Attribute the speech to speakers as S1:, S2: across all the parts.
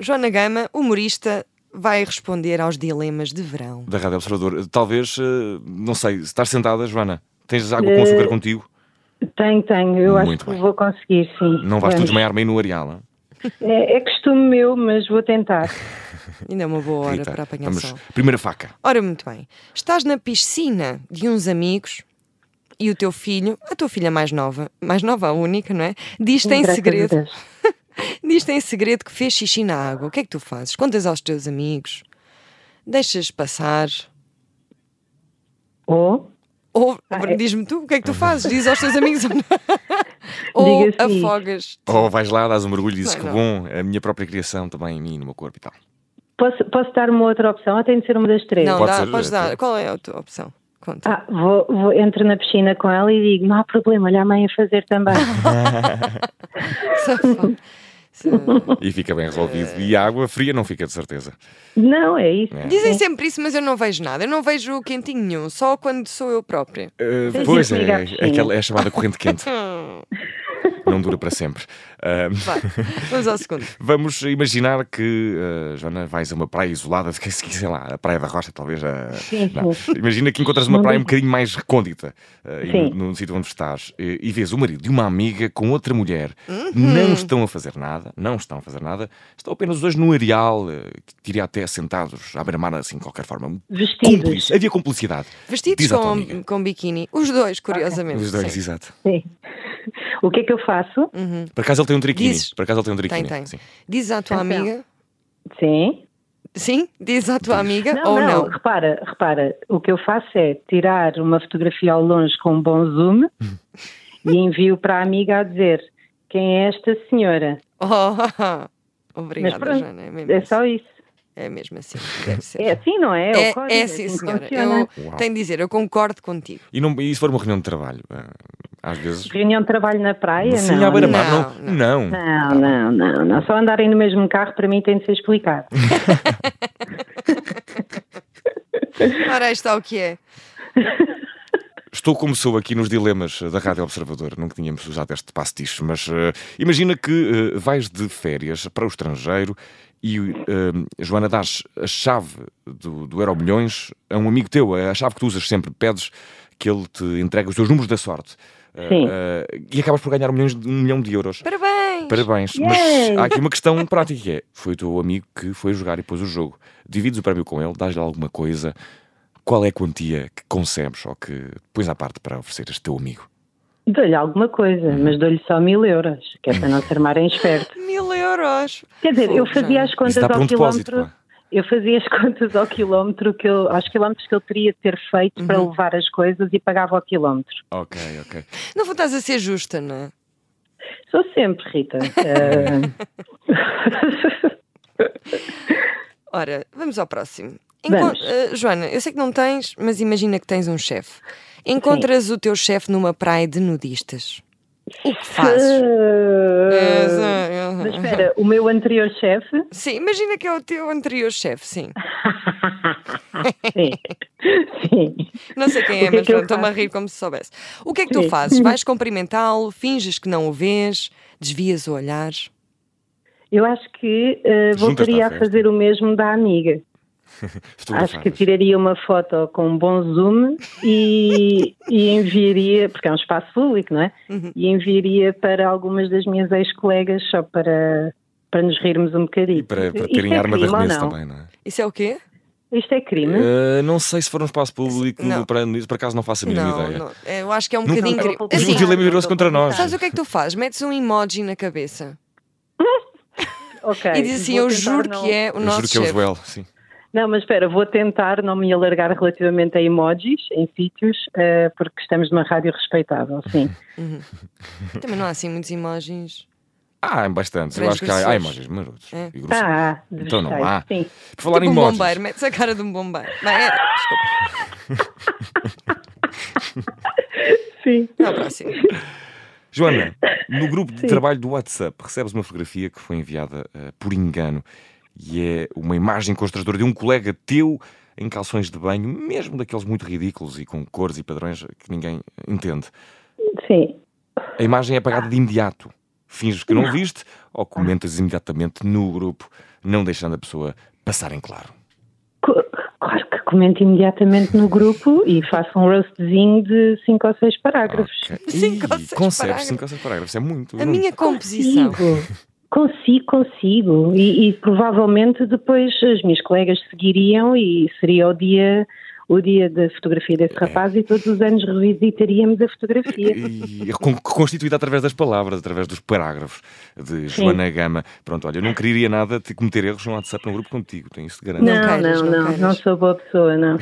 S1: Joana Gama, humorista, vai responder aos dilemas de verão.
S2: Da Rádio Observador. Talvez, eh, não sei, estar sentada, Joana, tens água com
S1: Eh,
S2: açúcar contigo?
S3: Tenho, tenho. Eu acho
S2: Muito
S3: que
S2: bem.
S3: vou conseguir, sim.
S2: Não vais tu
S3: Vamos.
S2: desmaiar meio no areal, não?
S3: É, é costume meu, mas vou tentar.
S1: Ainda é uma boa hora
S2: Rita,
S1: para apanhar
S2: vamos-
S1: sol.
S2: Primeira faca.
S1: Ora, muito bem. Estás na piscina de uns amigos e o teu filho, a tua filha mais nova, mais nova, a única, não é? Diz-te em
S3: Graças a
S1: segredo,
S3: Deus.
S1: diz-te em segredo que fez xixi na água. O que é que tu fazes? Contas aos teus amigos? Deixas passar?
S3: Ou
S1: Ou
S3: Ah, é.
S1: diz-me tu, o que é que tu fazes? Diz aos teus amigos ou não? Ou
S3: Diga assim.
S1: afogas?
S2: Ou vais lá, dás um mergulho e dizes
S1: Não,
S2: que bom, a minha própria criação também em mim, no meu corpo e tal.
S3: posso, posso dar uma outra opção? Ou tem de ser uma das três?
S1: Não,
S2: Pode
S1: dá,
S2: ser,
S1: podes
S2: é,
S1: dar.
S2: tu-
S1: Qual é a tua opção? Conta.
S3: Ah, vou, vou- entro na piscina com ela e digo: não há problema, olha a mãe a fazer também.
S1: Safado. Se-
S2: E fica bem
S1: Eh.
S2: resolvido. E a água fria não fica, de certeza.
S3: não, é isso.
S1: Dizem sempre isso, mas eu não vejo nada. Eu não vejo quentinho nenhum, só quando sou eu própria.
S2: Eh,
S3: Tens
S2: pois
S3: de
S2: é,
S3: ligar
S2: é,
S3: piscina.
S2: aquela, é a chamada corrente quente. Não dura para sempre. Ah,
S1: Vai, vamos ao segundo.
S2: vamos imaginar que, ah, Joana, vais a uma praia isolada, se sei lá, a Praia da Rocha, talvez. ah,
S3: Sim,
S2: não.
S3: sim.
S2: Imagina que encontras uma
S3: Não
S2: praia um
S3: digo.
S2: bocadinho mais recôndita, ah, e
S3: Sim.
S2: no, no sítio onde estás, e, e vês o marido de uma amiga com outra mulher.
S1: Uhum.
S2: Não estão a fazer nada, não estão a fazer nada, estão apenas os dois no areal, ah, que diria até sentados, à beira-mar, assim, de qualquer forma.
S3: Vestidos.
S2: Cúmplice. Havia cumplicidade.
S1: Vestidos
S2: Diz à tua amiga.
S1: com, com biquíni, os dois, curiosamente.
S2: Os dois,
S1: sim.
S2: exato.
S3: Sim. O que é que eu faço?
S1: Hum.
S2: Por acaso ele tem um triquini.
S1: Dizes.
S2: Por acaso ele tem um
S1: Tem,
S2: triquini.
S1: tem.
S2: sim.
S1: Diz à tua
S3: Então.
S1: amiga,
S3: Sim.
S1: sim, diz à tua amiga
S3: Não,
S1: ou
S3: não,
S1: não.
S3: repara, repara. O que eu faço é tirar uma fotografia ao longe com um bom zoom
S2: Hum.
S3: e envio para a amiga a dizer quem é esta senhora.
S1: Oh,
S3: Mas
S1: obrigada,
S3: pronto,
S1: Joana. É mesmo,
S3: é
S1: assim.
S3: só isso.
S1: É mesmo assim, deve ser.
S3: É assim, não é?
S1: É,
S3: o código,
S1: é
S3: assim
S1: sim,
S3: que
S1: senhora.
S3: funciona.
S1: Eu
S2: Uau.
S1: tenho de dizer, eu concordo contigo.
S2: E, não, e se for uma reunião de trabalho? ah, Às vezes.
S3: Reunião de trabalho na praia?
S2: Sim, à
S3: não, não.
S2: beira-mar. Não,
S1: Não,
S2: não.
S3: Não, É. não, não, não. Só andarem no mesmo carro para mim tem de ser explicado.
S1: Ora, aí está o que é.
S2: Estou como sou aqui nos dilemas da Rádio Observador. Nunca tínhamos usado este pastiche, mas ah, imagina que ah, vais de férias para o estrangeiro e ah, Joana dás a chave do, do Euro Milhões a um amigo teu, a chave que tu usas sempre. Pedes que ele te entregue os teus números da sorte. Ah,
S3: Sim.
S2: ah, e acabas por ganhar um, milhões de- um milhão de euros.
S1: Parabéns!
S2: Parabéns.
S3: Yay!
S2: Mas há aqui uma questão prática que é: foi o teu amigo que foi jogar e pôs o jogo. Divides o prémio com ele, dás-lhe alguma coisa. Qual é a quantia que concebes ou que pões à parte para oferecer a este teu amigo?
S3: Dou-lhe alguma coisa, mas dou-lhe só mil euros, que é para não se armarem esperto.
S1: Mil euros!
S3: Quer dizer, eu
S1: Fogo,
S3: fazia
S1: Joana.
S3: as contas
S2: Isso dá para
S3: ao
S2: um depósito,
S3: quilómetro.
S2: pá.
S3: Eu fazia as contas ao quilómetro que eu, aos quilómetros que ele teria de ter feito para
S1: Uhum.
S3: levar as coisas e pagava ao quilómetro.
S2: é? Ok, ok.
S1: Não estás a ser justa, não é?
S3: Sou sempre, Rita. Eh,
S1: Ora, vamos ao próximo.
S3: Vamos.
S1: Eh, Joana, eu sei que não tens, mas imagina que tens um chefe. Encontras o teu chefe numa praia de nudistas. O que fazes?
S3: Eh, Mas
S1: Eh,
S3: espera, o meu anterior chefe.
S1: Sim, imagina que é o teu anterior chefe, sim.
S3: Sim. Sim.
S1: Não sei quem é,
S3: O que é
S1: mas
S3: que eu
S1: pronto, estou-me a
S3: faço?
S1: rir como se soubesse. O que é que tu
S3: Sim.
S1: fazes? Vais cumprimentá-lo, finges que não o vês, desvias o olhar.
S3: Eu acho que eh,
S2: Juntas-te à
S3: voltaria a
S2: festa.
S3: fazer o mesmo da amiga. Acho que
S2: Fotografavas.
S3: tiraria uma foto com um bom zoom e, e enviaria, porque é um espaço público, não é?
S2: Uhum.
S3: E enviaria para algumas das minhas ex-colegas só para, para nos rirmos um bocadinho.
S2: E para, para
S3: Isto
S2: terem
S3: é
S2: arma de
S3: crime ou
S2: arremesso
S3: não?
S2: também, não é?
S1: Isso é o quê?
S3: Isto é crime?
S2: Ah, não sei se for um espaço público,
S1: Não.
S2: para, por acaso não faço é a mínima
S1: Não,
S2: ideia.
S1: não, eu acho que é um
S2: Nunca-
S1: bocadinho.
S3: Não,
S1: cri-
S3: não, não,
S2: O
S1: Assim,
S2: dilema virou-se contra nós.
S1: sabes o que é que tu fazes? Metes um emoji na cabeça
S3: Ok,
S1: e diz assim: Eu
S3: vou tentar
S1: juro
S3: não...
S1: que é o
S2: Eu
S1: nosso
S2: juro que é o
S1: chefe.
S2: Joel, sim.
S3: Não, mas espera, vou tentar não me alargar relativamente a emojis em sítios, eh, porque estamos numa rádio respeitável, sim.
S1: Também não há assim muitos emojis.
S2: Ah, há bastantes. Eu acho que há, há emojis marotos.
S1: É.
S2: E grossos.
S3: Ah,
S2: Então não
S3: devastei,
S2: há.
S3: Sim.
S2: Por falar
S1: tipo
S2: em
S1: um
S2: emojis.
S1: bombeiro, metes a cara de um bombeiro. Bem, é, desculpa.
S3: Sim.
S1: Ao é próximo.
S2: Joana, no grupo de trabalho do WhatsApp recebes uma fotografia que foi enviada eh, por engano e é uma imagem constrangedora de um colega teu em calções de banho, mesmo daqueles muito ridículos e com cores e padrões que ninguém entende.
S3: Sim.
S2: A imagem é apagada de imediato. Finges que não viste ou comentas imediatamente no grupo não deixando a pessoa passar em claro.
S3: Co- Claro que comento imediatamente no grupo e faço um roastzinho de cinco ou seis parágrafos.
S2: Ok.
S1: Cinco ou
S2: Ih,
S1: seis
S2: Concebes
S1: parágrafos.
S2: 5 ou 6 parágrafos, é muito.
S1: A
S2: Nuno.
S1: minha composição.
S3: Consigo. Consigo, consigo. E, e provavelmente depois as minhas colegas seguiriam e seria o dia, o dia da fotografia desse rapaz e todos os anos revisitaríamos a fotografia.
S2: E con- constituída através das palavras, através dos parágrafos de Joana Gama. Pronto, olha, eu não queria nada de cometer erros no WhatsApp no grupo contigo, tenho isso de garanto.
S3: Não,
S1: queiras, não
S3: não, não, não,
S1: queiras.
S3: sou boa pessoa, não.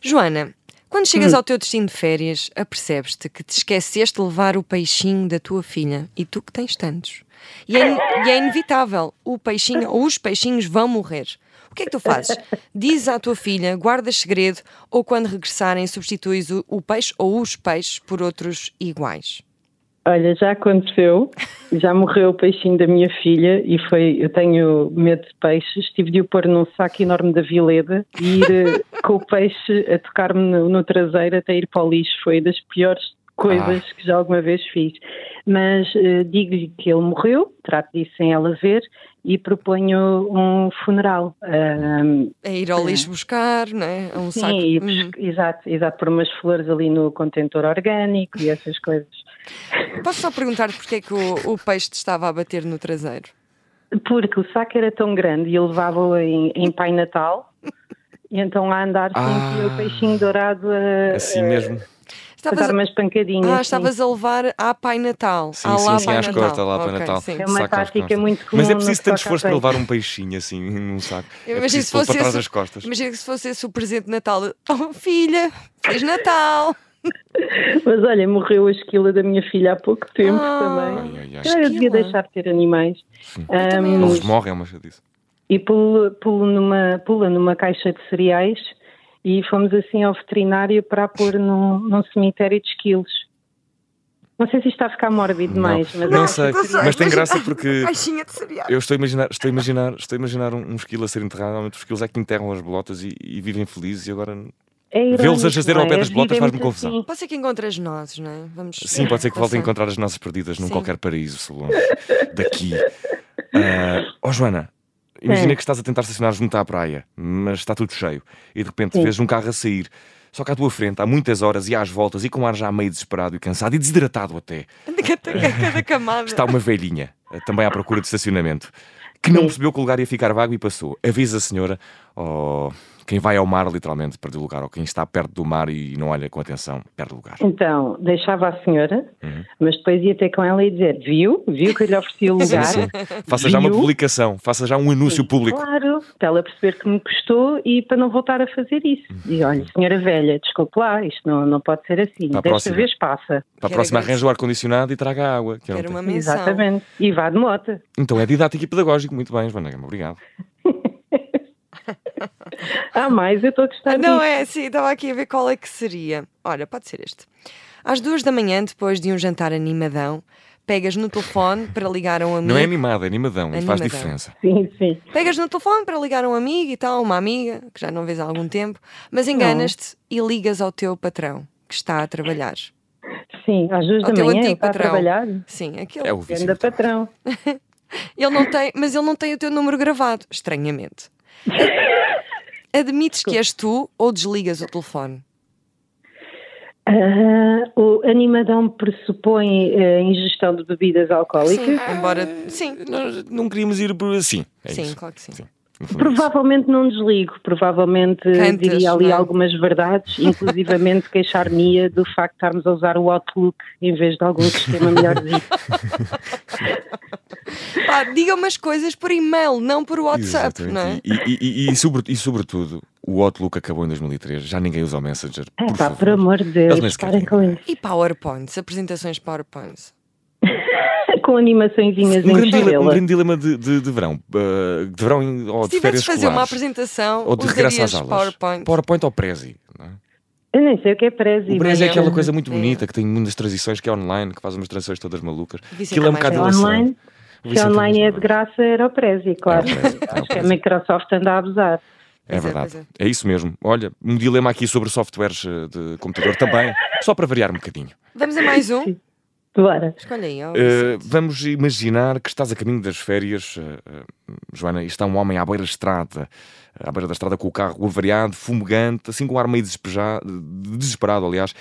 S1: Joana, quando chegas ao teu destino de férias, apercebes-te que te esqueceste de levar o peixinho da tua filha e tu que tens tantos. E é, in- e é inevitável, o peixinho ou os peixinhos vão morrer. O que é que tu fazes? Dizes à tua filha, guardas segredo ou quando regressarem substituis o, o peixe ou os peixes por outros iguais?
S3: Olha, já aconteceu, já morreu o peixinho da minha filha e foi, eu tenho medo de peixes, tive de o pôr num saco enorme da Vileda e ir eh, com o peixe a tocar-me no, no traseiro até ir para o lixo, foi das piores coisas
S1: Ah.
S3: que já alguma vez fiz. Mas eh, digo-lhe que ele morreu, trato disso sem ela ver e proponho um funeral. Ahm,
S1: É ir ao lixo buscar, não é? A um
S3: Sim,
S1: saco.
S3: e
S1: Uhum.
S3: pes- exato, exato, por umas flores ali no contentor orgânico e essas coisas.
S1: Posso só perguntar porque é que o, o peixe te estava a bater no traseiro?
S3: Porque o saco era tão grande e eu levava-o em, em Pai Natal, e então a andar sentia
S2: Ah.
S3: o peixinho dourado a,
S2: Assim
S1: eh,
S3: a-
S2: mesmo.
S3: a
S1: Estavas
S3: dar
S1: a-
S3: umas pancadinhas.
S1: Ah,
S3: sim.
S1: estavas a levar à Pai Natal.
S2: Sim,
S1: à
S2: sim,
S1: lá
S2: sim,
S1: Pai
S2: às
S1: Natal.
S2: costas, lá para
S1: Ok,
S2: Natal.
S1: sim.
S3: É uma
S2: Saco às
S3: tática
S2: costas.
S3: muito comum
S2: Mas é
S3: no
S2: preciso
S3: que
S2: tanto
S3: toca a
S2: esforço para
S3: peixe.
S2: levar um peixinho assim num saco.
S1: Eu
S2: é
S1: imagino
S2: preciso
S1: se
S2: pôr
S1: fosse
S2: para trás
S1: esse-
S2: das costas.
S1: Imagina que se fosse esse o presente de Natal. Oh, filha, feliz Natal!
S3: Mas olha, morreu a esquila da minha filha há pouco tempo
S1: Ah.
S3: também.
S2: Ai, ai, ai.
S3: Ah, eu devia
S1: Esquila?
S3: deixar de ter animais. Ah,
S1: também
S2: Eles morrem, é uma chatice.
S3: e pulo, pulo numa, pula numa caixa de cereais e fomos assim ao veterinário para a pôr num, num cemitério de esquilos. Não sei se isto está a ficar mórbido demais, mas
S2: não
S3: é-
S2: sei,
S1: não sei,
S2: mas tem
S1: mas-
S2: graça porque
S1: Caixinha de cereal.
S2: eu estou a imaginar, estou a imaginar, estou a imaginar um, um esquilo a ser enterrado, realmente os esquilos é que enterram as bolotas e, e vivem felizes e agora
S3: É irónico,
S2: Vê-los a jazer ao
S3: não é?
S2: pé das bolotas
S3: Vivemos
S2: faz-me confusão.
S3: assim.
S1: Pode ser que encontres nozes, não é? Vamos
S2: Sim, pode ser que volte a
S1: passar.
S2: encontrar as nossas perdidas num
S1: Sim.
S2: qualquer paraíso, se longe daqui. Ah, oh, Joana, imagina
S3: Sim.
S2: que estás a tentar estacionar junto à praia, mas está tudo cheio e de repente
S3: Sim.
S2: vês um carro a sair. Só que à tua frente, há muitas horas e às voltas, e com ar já meio desesperado e cansado e desidratado até,
S1: Cada, cada camada.
S2: está uma velhinha, eh, também à procura de estacionamento, que não
S3: Sim.
S2: percebeu que o lugar ia ficar vago e passou. Avisa a senhora, ou quem vai ao mar, literalmente, perde o lugar, ou quem está perto do mar e não olha com atenção, perde o lugar.
S3: Então, deixava a senhora, mas depois ia ter com ela e dizer: Viu? Viu que eu lhe ofereci o
S2: Uhum. Sim,
S3: lugar?
S2: sim. Faça já uma
S3: Viu?
S2: publicação, faça já um anúncio público.
S3: Claro, para ela perceber que me custou e para não voltar a fazer isso.
S2: Uhum.
S3: E olha, senhora velha, desculpe lá, isto não, não pode ser assim.
S2: Para a
S3: Desta
S2: próxima.
S3: vez passa.
S2: Para a
S1: Quero
S2: próxima,
S1: agradecer.
S2: arranja o ar-condicionado e traga a água. que eu não
S1: Era uma
S2: tenho.
S1: menção.
S3: Exatamente. E vá de moto.
S2: Então é didático e pedagógico. Muito bem, Joana Gama, obrigado.
S3: Ah, mais, eu estou a gostar
S1: Não
S3: disso.
S1: é, sim, estava aqui a ver qual é que seria. Olha, pode ser este. Às duas da manhã, depois de um jantar animadão, pegas no telefone para ligar a um amigo.
S2: Não é animado, é animadão, e faz
S1: Animadão.
S2: diferença.
S3: Sim, sim.
S1: Pegas no telefone para ligar a um amigo e tal, uma amiga, que já não vês há algum tempo, mas enganas-te e ligas ao teu patrão, que está a trabalhar.
S3: Sim, às duas
S1: Ao
S3: da
S1: teu
S3: manhã
S1: antigo
S3: ele é, está a
S1: patrão.
S3: trabalhar.
S1: Sim, aquele.
S2: É o vício.
S3: Grande patrão.
S1: Ele não tem, mas ele não tem o teu número gravado, estranhamente. Admites que és tu ou desligas o telefone?
S3: Ah, o animadão pressupõe a ingestão de bebidas alcoólicas.
S1: Sim, embora. Sim,
S2: Nós não queríamos ir por assim. É
S1: sim,
S2: isso.
S1: claro que sim.
S2: Sim. No fundo é isso.
S3: Provavelmente não desligo, provavelmente
S1: Cantas,
S3: diria ali
S1: não é?
S3: algumas verdades, inclusivamente queixar-me do facto de estarmos a usar o Outlook em vez de algum sistema melhorzinho.
S1: Pá, diga umas coisas por e-mail, não por WhatsApp,
S2: Exatamente.
S1: não é?
S2: E, e, e, e, sobre- e sobretudo, o Outlook acabou em 2003, já ninguém usa o Messenger.
S3: É
S2: por
S3: pá,
S2: favor.
S3: por amor de
S2: Eles
S3: Deus,
S2: nem sequer
S3: parem
S2: têm.
S3: com isso.
S1: E PowerPoints, apresentações PowerPoints.
S3: Com animaçõezinhas
S2: Um
S3: em
S2: grande, dilema, um
S3: estrela.
S2: grande dilema de, de, de verão. eh, de verão em- ou
S1: Se
S2: de
S1: tivesse
S2: férias
S1: de fazer uma
S2: escolares,
S1: apresentação,
S2: Ou de regresso às
S1: usarias
S2: aulas.
S1: PowerPoint.
S2: PowerPoint ou Prezi. não é?
S3: Eu nem sei o que é Prezi.
S2: O Brez é
S3: mas
S2: aquela
S3: um-
S2: coisa muito
S1: é.
S2: bonita que tem muitas transições que é online, que faz umas transições todas malucas.
S1: Vicente
S2: Aquilo é um
S1: Camargo.
S2: bocado
S3: é
S2: ilacerante.
S3: online.
S2: O
S3: Se
S2: Vicente
S3: online é
S2: Camargo.
S3: de graça, era o Prezi, claro.
S2: um É o Prezi, é o
S3: Acho que a
S2: Prezi.
S3: Microsoft anda a abusar.
S2: É
S1: Pois é,
S2: verdade.
S1: pois
S2: É isso mesmo. Olha, um dilema aqui sobre softwares eh, de computador também, só para variar um bocadinho.
S1: Vamos a mais um?
S3: Bora.
S1: Escolha aí. ó,
S2: Uh,
S1: Vicente.
S2: vamos imaginar que estás a caminho das férias, uh, uh, Joana, e está um homem à beira da estrada, eh, à beira da estrada com o carro avariado, fumegante, assim com um ar meio despeja- desesperado, aliás.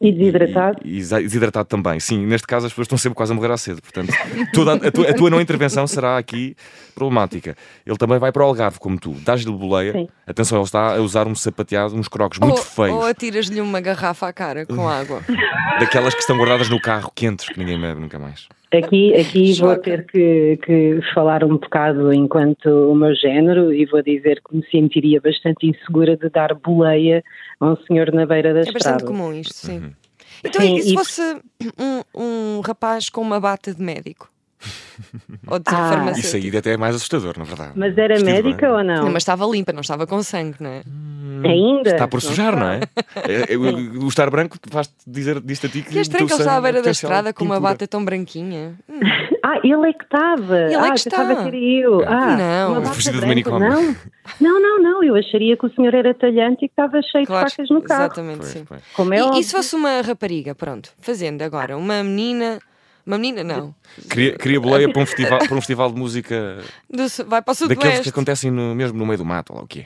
S3: E desidratado.
S2: E, e- exa- desidratado também, sim. Neste caso as pessoas estão sempre quase a morrer à sede, portanto toda a, a tua, a tua não intervenção será aqui problemática. Ele também vai para o Algarve, como tu, dás-lhe boleia.
S3: Sim.
S2: Atenção, ele está a usar um sapateado, uns crocs muito
S1: ou,
S2: feios,
S1: Ou atiras-lhe uma garrafa à cara com água. É
S2: daquelas que estão guardadas no carro, quentes, que ninguém bebe nunca mais.
S3: Aqui, aqui vou
S1: Choca.
S3: ter que, que falar um bocado enquanto o meu género e vou dizer que me sentiria bastante insegura de dar boleia a um senhor na beira da
S1: É bastante
S3: estrada.
S1: comum isto, sim.
S2: Uhum.
S1: Então,
S3: Sim,
S1: e se
S3: e-
S1: fosse um, um rapaz com uma bata de médico? Ou de
S3: Ah.
S1: farmacêutico?
S2: Isso aí até é mais assustador, na verdade.
S3: Mas era
S2: Vestido
S3: médica
S2: bem.
S3: ou não?
S1: Não, mas estava limpa, não estava com sangue, não é?
S2: Hum,
S3: Ainda?
S2: Está por
S3: Não
S2: sujar,
S3: sei.
S2: não é? É, é, o- o estar branco faz dizer disto a ti que.
S1: Que é estranho
S2: o
S1: que
S2: teu
S1: ele está à
S2: sangue é
S1: beira da
S2: potencial
S1: estrada com uma
S2: pintura.
S1: bata tão branquinha. Hum,
S3: Ah, ele é que estava.
S1: é que
S3: ah,
S1: está.
S3: pensava que era eu. Ah,
S1: Não.
S3: uma barba
S2: Vestido de
S3: branca,
S2: manicômio.
S3: Não. não, não, não. Eu acharia que o senhor era talhante e que estava cheio
S1: claro,
S3: de facas no carro.
S1: exatamente,
S2: Pois,
S1: sim.
S2: pois.
S3: Como é
S1: E, e
S3: óbvio.
S1: se fosse uma rapariga, pronto, fazendo agora, uma menina, uma menina não,
S2: Queria, queria boleia para um, festival, para um festival de música
S1: do su- vai para o
S2: daqueles que
S1: sudoeste.
S2: acontecem no- mesmo no meio do mato, ou lá o quê?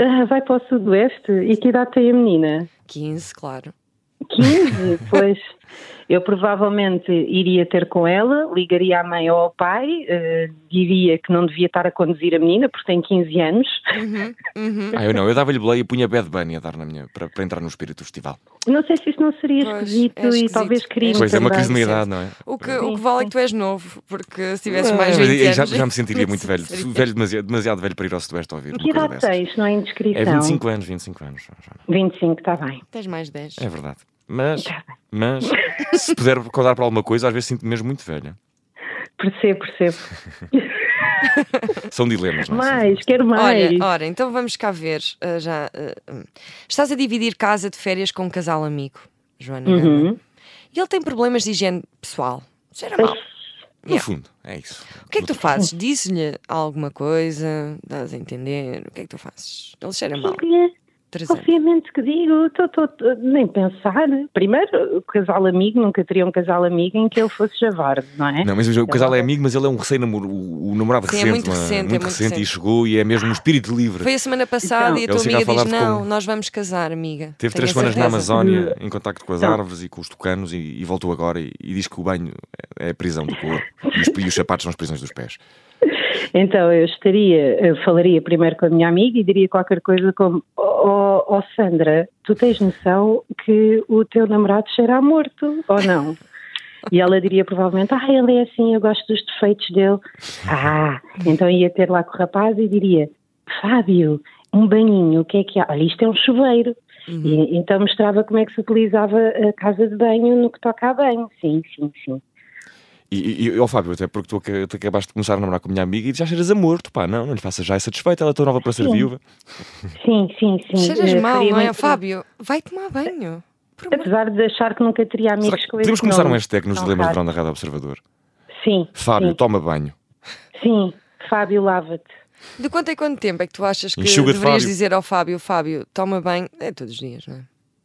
S3: Ah, vai para o sudoeste. E que idade tem a menina?
S1: 15, claro.
S3: 15, pois. Eu provavelmente iria ter com ela, ligaria à mãe ou ao pai, eh, diria que não devia estar a conduzir a menina porque tem 15 anos.
S1: Uhum, uhum.
S2: Ah, eu não, eu dava-lhe boleia e punha Bad Bunny a dar na minha, para, para entrar no espírito do festival.
S3: Não sei se isso não seria
S1: Pois,
S3: esquisito,
S1: é esquisito.
S3: e talvez queria
S1: Sim,
S2: Pois é, uma
S1: verdade,
S2: crise de meia
S1: sim.
S2: idade, não é?
S1: O, que, o que vale é que tu és novo, porque se tivesse mais
S2: Ah, mas
S1: 20
S2: aí
S1: anos...
S2: já, já me sentiria muito velho,
S1: Seria.
S2: velho demasiado, demasiado velho para ir ao Sudoeste ouvir.
S3: Que
S2: Uma coisa
S3: idade
S2: dessas.
S3: tens? Não é indiscrição?
S2: É 25 anos, 25 anos. Joana.
S3: 25, está tá bem.
S1: Tens mais 10.
S2: É verdade. Mas,
S1: Tá
S3: Está bem.
S2: mas se puder recordar para alguma coisa, às vezes sinto-me mesmo muito velha.
S3: Percebo, percebo.
S2: São dilemas, não é? São
S3: Mais, quero mais.
S1: Ora, ora, então vamos cá ver. ah, já, ah, hum. estás a dividir casa de férias com um casal amigo, Joana. Gama.
S3: Uhum.
S1: E ele tem problemas de higiene pessoal. Isso era mal.
S2: No
S1: Yeah.
S2: fundo, é isso.
S1: O que é que tu fazes? Diz-lhe alguma coisa? Dás a entender? O que é que tu fazes? Ele cheira mal.
S3: Olha,
S1: Trazendo.
S3: Obviamente que digo, estou- estou- estou- nem pensar. Primeiro, o casal amigo, nunca teria um casal amigo em que eu fosse javarde, não é?
S2: Não, mas o casal
S1: Então,
S2: é amigo, mas ele é um recém-namorado, o o namorado
S1: Sim, é
S2: recente,
S1: muito
S2: não
S1: recente, é muito recente.
S2: e chegou e é mesmo um espírito livre.
S1: Foi a semana passada e a
S3: Então,
S2: ele
S1: tua
S2: chega a
S1: amiga diz:
S2: falar-te
S1: Não,
S2: como-
S1: nós vamos casar, amiga.
S2: Teve
S1: Tenho
S2: três
S1: a
S2: semanas na
S1: certeza."
S2: Amazónia,
S1: Hum.
S2: em contacto com as
S1: Então.
S3: Não.
S2: árvores e com os tucanos, e, e voltou agora e, e diz que o banho é a prisão do corpo e os, e os sapatos são as prisões dos pés.
S3: Então eu estaria, eu falaria primeiro com a minha amiga e diria qualquer coisa como: Oh, oh, Sandra, tu tens noção que o teu namorado cheira a morto, ou não? E ela diria provavelmente: Ah, ele é assim, eu gosto dos defeitos dele. Ah, então ia ter lá com o rapaz e diria: Fábio, um banhinho, o que é que há? Olha, isto é um chuveiro.
S1: Uhum.
S3: E, então mostrava como é que se utilizava a casa de banho no que toca a banho. Sim, sim,
S1: Uhum.
S3: sim.
S2: E, e, e, ó Fábio, até porque tu, aca- tu acabaste de começar a namorar com a minha amiga e já cheiras a morto, pá, não, não lhe faças já é satisfeita, ela é tão nova para ser
S3: Sim.
S2: viúva.
S3: Sim, sim, sim. Eh,
S1: Cheiras mal,
S3: faria
S1: não é?
S3: muito-
S1: Fábio, vai tomar banho. Por amor-
S3: Apesar de achar que nunca teria
S2: Será
S3: amigos
S2: que
S3: com
S2: podemos
S3: esse
S2: começar um
S3: nome.
S2: hashtag nos
S3: Não,
S2: dilemas
S3: claro.
S2: do da Rádio Observador?
S3: Sim.
S2: Fábio,
S3: sim,
S2: toma banho.
S3: Sim, Fábio, lava-te.
S1: De quanto em quanto tempo é que tu achas que
S2: Enxuga de
S1: deverias
S2: Fábio.
S1: dizer ao Fábio: Fábio, toma banho? É todos os dias, não é?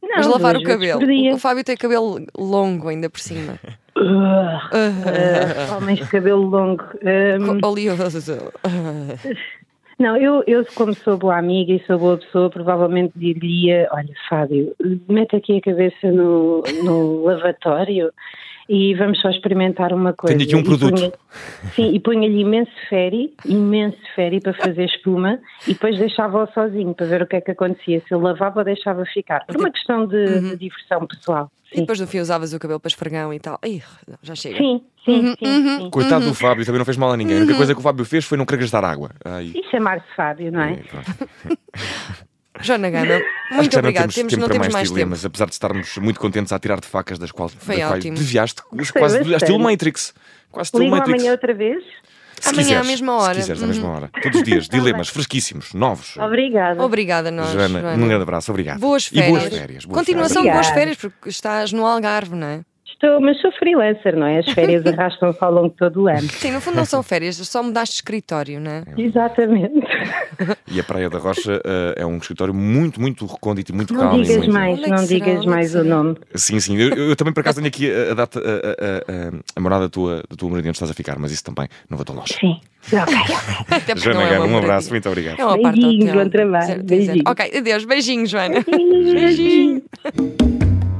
S3: Não,
S1: Mas lavar o
S3: duas vezes
S1: cabelo.
S3: por dia.
S1: O Fábio tem cabelo longo ainda por cima.
S3: Ugh, eh, Ah, homens de cabelo longo. Ahm,
S1: Co- Oleoso.
S3: não, eu, eu, como sou boa amiga e sou boa pessoa, provavelmente diria: Olha, Fábio, mete aqui a cabeça no, no lavatório e vamos só experimentar uma coisa.
S2: Tenho aqui um
S3: E
S2: produto.
S3: punha- sim, e punha-lhe imenso ferry, imenso ferry para fazer espuma e depois deixava-o sozinho para ver o que é que acontecia. Se ele lavava ou deixava ficar. Por uma questão de, de diversão pessoal.
S1: E
S3: Sim,
S1: depois no fim usavas o cabelo para esfregão e tal. Ih, não, já chega.
S3: sim, sim. sim, sim.
S2: Coitado
S1: Uhum.
S2: do Fábio, também não fez mal a ninguém. A única coisa que o Fábio fez foi não querer gastar água. Ai,
S3: E chamar-se Fábio, não é?
S2: é, pronto.
S1: Joana Gana,
S2: Acho que
S1: muito
S2: já não
S1: obrigada.
S2: temos tempo
S1: não
S2: para
S1: temos mais tempo.
S2: dilemas, apesar de estarmos muito contentes a tirar de facas das quais,
S1: Foi
S2: da quais
S1: ótimo.
S2: desviaste, mas
S3: Gostei
S2: quase
S3: bastante.
S2: desviaste o Matrix. Quase estilo
S3: Ligo
S2: Matrix.
S3: amanhã outra vez.
S2: Se
S1: Amanhã à
S2: quiseres,
S1: mesma hora.
S2: Se quiseres, à
S1: Uhum.
S2: mesma hora. Todos os dias, dilemas fresquíssimos, novos.
S3: Obrigada.
S1: Obrigada, a nós.
S2: Joana,
S1: Joana.
S2: um grande abraço, obrigado.
S1: Boas
S2: E
S1: férias.
S2: boas férias. boas
S1: Continuação de
S2: férias.
S1: boas
S3: Obrigada.
S1: férias, porque estás no Algarve, não é?
S3: Estou, mas sou freelancer, não é? As férias arrastam-se ao longo de todo o ano.
S1: Sim, no fundo não são férias, só mudaste de escritório, não é?
S3: Exatamente.
S2: E a Praia da Rocha eh, é um escritório muito, muito recôndito e muito
S3: Não
S2: calmo. e
S3: digas
S2: muito-
S3: mais,
S1: Onde é que
S3: não
S1: será?
S3: digas
S1: Onde é que
S3: mais o
S1: será?
S3: nome.
S2: Sim, sim. Eu, eu também, por acaso, tenho aqui a, a data, a, a- a- a morada da tua, da tua moradia onde estás a ficar, mas isso também não vou tão longe.
S3: Sim. Ok.
S1: Até porque
S2: Joana
S1: não é uma
S2: Gama, um abraço,
S1: moradia.
S2: muito obrigado.
S1: É uma parte do
S3: Beijinhos,
S1: hotel.
S3: bom trabalho,
S1: Dizer- dizer-
S3: beijinhos.
S1: Ok, adeus, beijinho, Joana.
S3: Beijinhos.